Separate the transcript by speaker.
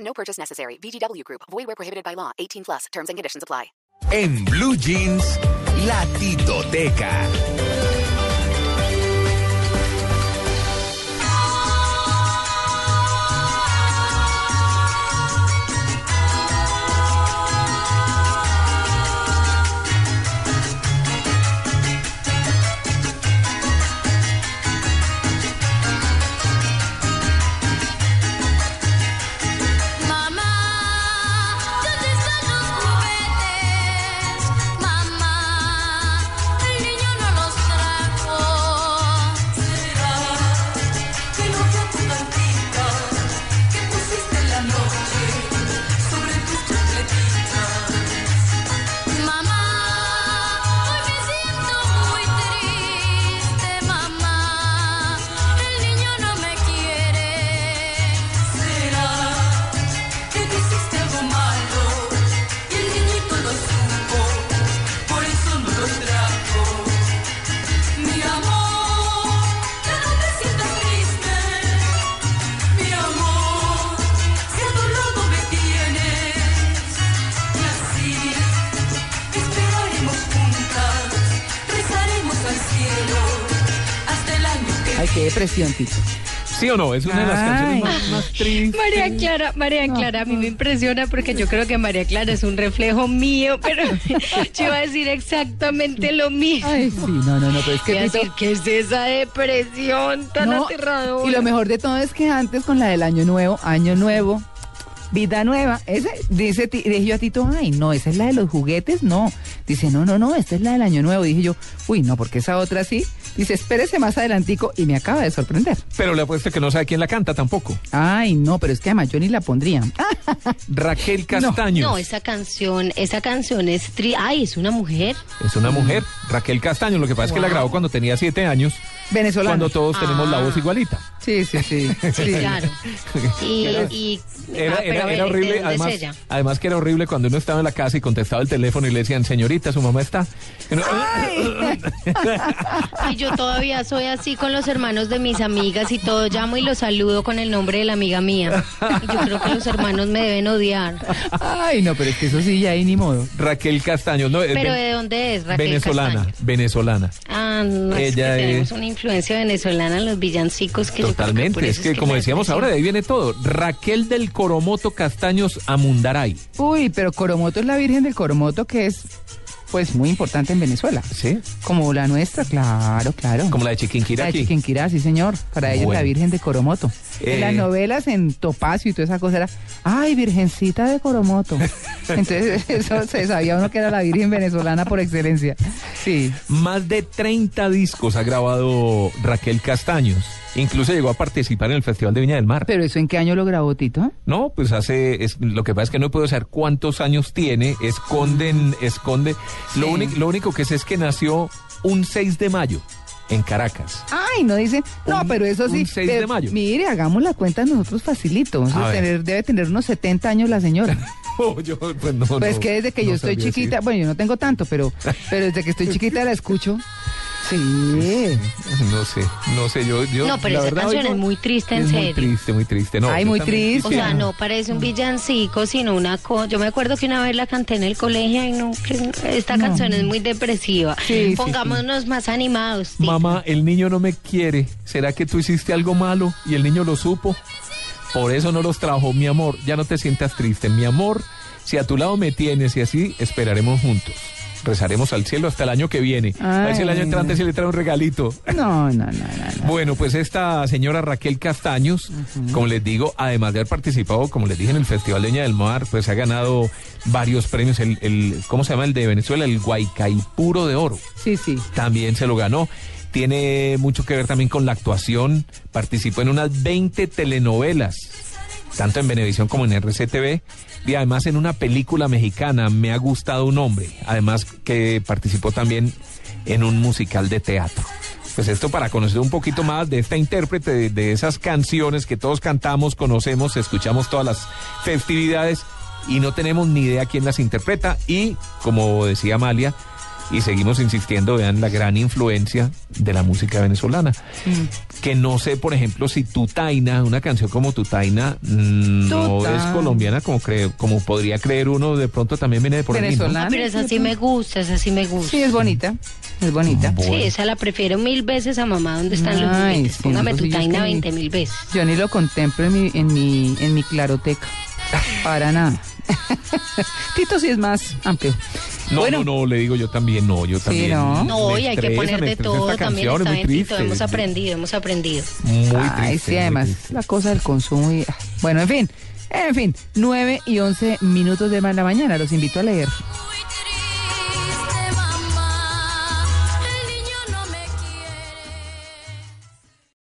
Speaker 1: No purchase necessary. VGW Group. Void where prohibited by law. 18 plus. Terms and conditions apply.
Speaker 2: En Blue Jeans, la titoteca.
Speaker 3: Mamá, ¿dónde están los juguetes? Mamá, el niño no los trajo.
Speaker 4: Será que no fue tu mantita que pusiste en la noche sobre tus chaquetitas.
Speaker 3: Mamá, hoy me siento muy triste. Mamá, el niño no me quiere.
Speaker 4: Será que te hiciste algo malo y el niñito lo supo, por eso no lo trajo. Mi amor, ya no te sientas triste. Mi amor, si a tu lado me tienes, y así esperaremos juntas, rezaremos al cielo hasta el año que
Speaker 5: Ay, qué depresión, Tito.
Speaker 6: ¿Sí o no? Es una de las canciones más, más tristes.
Speaker 7: María Clara, María Clara, a mí me impresiona porque yo creo que María Clara es un reflejo mío, pero yo iba a decir exactamente lo mismo.
Speaker 6: Ah,
Speaker 5: Ay, sí, no, no, no, pero es
Speaker 7: Voy a
Speaker 5: que
Speaker 7: decir,
Speaker 5: Tito...
Speaker 7: ¿qué es esa depresión tan
Speaker 5: no,
Speaker 7: aterradora?
Speaker 5: y lo mejor de todo es que antes con la del año nuevo, año nuevo, vida nueva, ese, dice, Ti- dije yo a Tito, ay, no, esa es la de los juguetes, no. Dice, no, no, no, esta es la del año nuevo. Dije yo, uy, no, porque esa otra sí. Dice, espérese más adelantico y me acaba de sorprender.
Speaker 6: Pero le apuesto que no sabe quién la canta tampoco.
Speaker 5: Ay, no, pero es que además yo ni la pondría.
Speaker 6: Raquel Castaños.
Speaker 7: No,
Speaker 6: es...
Speaker 7: esa canción, esa canción es tri... Ay, es una mujer.
Speaker 6: una mujer, Raquel Castaños. Lo que pasa es que la grabó cuando tenía siete años,
Speaker 5: Venezolano.
Speaker 6: cuando
Speaker 7: Ah.
Speaker 6: todos tenemos la voz igualita.
Speaker 5: Sí, sí, sí. sí.
Speaker 7: Claro. Y, y-
Speaker 6: Era,
Speaker 7: ah,
Speaker 6: era-
Speaker 7: pero
Speaker 6: era
Speaker 7: a ver, ¿de
Speaker 6: horrible,
Speaker 7: dónde es
Speaker 6: además,
Speaker 7: ella?
Speaker 6: además que era horrible cuando uno estaba en la casa y contestaba el teléfono y le decían, señorita, su mamá está. Y uno,
Speaker 7: Ay, yo todavía soy así con los hermanos de mis amigas y todo. Llamo y los saludo con el nombre de la amiga mía. Y yo creo que los hermanos me deben odiar.
Speaker 5: Ay, no, pero es que eso sí, ya ahí ni modo.
Speaker 6: Raquel Castaños, no, es
Speaker 7: Pero
Speaker 6: ven-
Speaker 7: ¿de dónde es Raquel
Speaker 6: venezolana,
Speaker 7: Castaño?
Speaker 6: venezolana.
Speaker 7: Ah, no, es
Speaker 6: Ella
Speaker 7: que tenemos
Speaker 6: es-
Speaker 7: una influencia venezolana en los villancicos que yo creo que por
Speaker 6: Totalmente, es
Speaker 7: eso
Speaker 6: que como
Speaker 7: la
Speaker 6: decíamos ahora, de ahí viene todo. Raquel del Coromoto Castaños Amundaray.
Speaker 5: Uy, pero Coromoto es la Virgen del Coromoto, que es, pues, muy importante en Venezuela.
Speaker 6: ¿Sí?
Speaker 5: Como la nuestra, claro, claro.
Speaker 6: Como la de
Speaker 5: Mm. La
Speaker 6: Chiquinquirá
Speaker 5: de
Speaker 6: aquí.
Speaker 5: Chiquinquirá, sí, señor. Para ella es la
Speaker 6: Bueno.
Speaker 5: Virgen de Coromoto.
Speaker 6: Eh.
Speaker 5: En las novelas, en Topacio y toda esa cosa, era, ay, Virgencita de Coromoto. Entonces, eso se sabía uno que era la Virgen venezolana por excelencia. Sí.
Speaker 6: Más de 30 discos ha grabado Raquel Castaños. Incluso llegó a participar en el Festival de Viña del Mar.
Speaker 5: Pero eso, ¿en qué año lo grabó Tito?
Speaker 6: No, pues hace, es- lo que pasa es que no puedo saber cuántos años tiene, esconden, esconde. Lo,
Speaker 5: Sí.
Speaker 6: único, lo único que sé es que nació un 6 de mayo en Caracas.
Speaker 5: Ay, no dicen. No,
Speaker 6: Un-
Speaker 5: pero eso sí.
Speaker 6: un 6
Speaker 5: pero
Speaker 6: de mayo.
Speaker 5: Mire, hagamos la cuenta nosotros facilito. Eso
Speaker 6: ver.
Speaker 5: tener- debe tener unos 70 años la señora.
Speaker 6: Oh, yo, pues no,
Speaker 5: Pues
Speaker 6: no,
Speaker 5: que desde que
Speaker 6: no
Speaker 5: yo estoy
Speaker 6: sabría
Speaker 5: chiquita, bueno, yo no tengo tanto, pero, pero desde que estoy chiquita la escucho. Sí.
Speaker 6: decir. No sé, no sé, yo... yo
Speaker 7: No, pero
Speaker 6: la
Speaker 7: esa
Speaker 6: verdad,
Speaker 7: canción
Speaker 6: oigo-
Speaker 7: es muy triste, en
Speaker 6: es Muy
Speaker 7: serio.
Speaker 6: triste, muy triste. No,
Speaker 5: Ay,
Speaker 6: yo
Speaker 5: muy
Speaker 6: también
Speaker 5: triste.
Speaker 7: O sea,
Speaker 6: quisiera-
Speaker 7: no parece un villancico, sino una cosa. Yo me acuerdo que una vez la canté en el colegio y no, que- esta canción es muy depresiva.
Speaker 5: Sí, sí,
Speaker 7: Pongámonos más animados. Tito.
Speaker 6: Mamá, el niño no me quiere. ¿Será que tú hiciste algo malo y el niño lo supo? Por eso no los trajo, mi amor. Ya no te sientas triste, mi amor. Si a tu lado me tienes y así, esperaremos juntos. Rezaremos al cielo hasta el año que viene. A ver si el
Speaker 5: Ay.
Speaker 6: año entrante se le trae un regalito.
Speaker 5: No, no, no, no. no.
Speaker 6: Bueno, pues esta señora Raquel Castaños, como les digo, además de haber participado, como les dije, en el Festival de Viña del Mar, pues ha ganado varios premios. El, el- ¿Cómo se llama el de Venezuela? El Guaycaipuro de Oro
Speaker 5: Sí, sí.
Speaker 6: también se lo ganó. Tiene mucho que ver también con la actuación. Participó en unas 20 telenovelas. tanto en Venevisión como en RCTV, y además en una película mexicana, Me ha gustado un hombre, además que participó también en un musical de teatro. Pues esto para conocer un poquito más de esta intérprete, de, de esas canciones que todos cantamos, conocemos, escuchamos todas las festividades y no tenemos ni idea quién las interpreta y, como decía Amalia, y seguimos insistiendo, vean la gran influencia de la música venezolana. Que no sé, por ejemplo, si Tutaina, una canción como Tutaina, mm, no
Speaker 5: Tuta.
Speaker 6: es colombiana como, cree- como podría creer uno, de pronto también viene de por ahí. ¿no?
Speaker 5: Venezolana.
Speaker 7: Pero esa sí me gusta, esa sí me gusta.
Speaker 5: Sí, es bonita. Es bonita.
Speaker 6: Bueno.
Speaker 7: Sí, esa la prefiero mil veces a mamá donde están los
Speaker 5: Ay,
Speaker 7: juguetes.
Speaker 5: sí,
Speaker 7: Póngame
Speaker 5: nosotros sí es
Speaker 7: tutaina
Speaker 5: que-
Speaker 7: 20 mil veces.
Speaker 5: Yo ni lo contemplo en mi, en mi, en mi claroteca. Para nada. Tito sí es más amplio.
Speaker 6: No,
Speaker 5: bueno,
Speaker 6: no, no, le digo yo también, no, yo también.
Speaker 5: ¿no?
Speaker 7: No,
Speaker 6: Me
Speaker 7: y hay que
Speaker 6: estresa,
Speaker 7: poner
Speaker 6: me
Speaker 7: de
Speaker 6: estresa
Speaker 7: todo
Speaker 6: esta
Speaker 7: también,
Speaker 6: canción,
Speaker 7: está
Speaker 6: es
Speaker 7: bien,
Speaker 6: muy
Speaker 7: Tito,
Speaker 6: triste.
Speaker 7: hemos aprendido, hemos aprendido.
Speaker 6: Muy
Speaker 5: Ay,
Speaker 6: triste,
Speaker 5: sí,
Speaker 6: muy
Speaker 5: además,
Speaker 6: triste.
Speaker 5: la cosa del consumo ah, y... ay, Bueno, en fin, en fin, 9 y 11 minutos de la mañana, los invito a leer.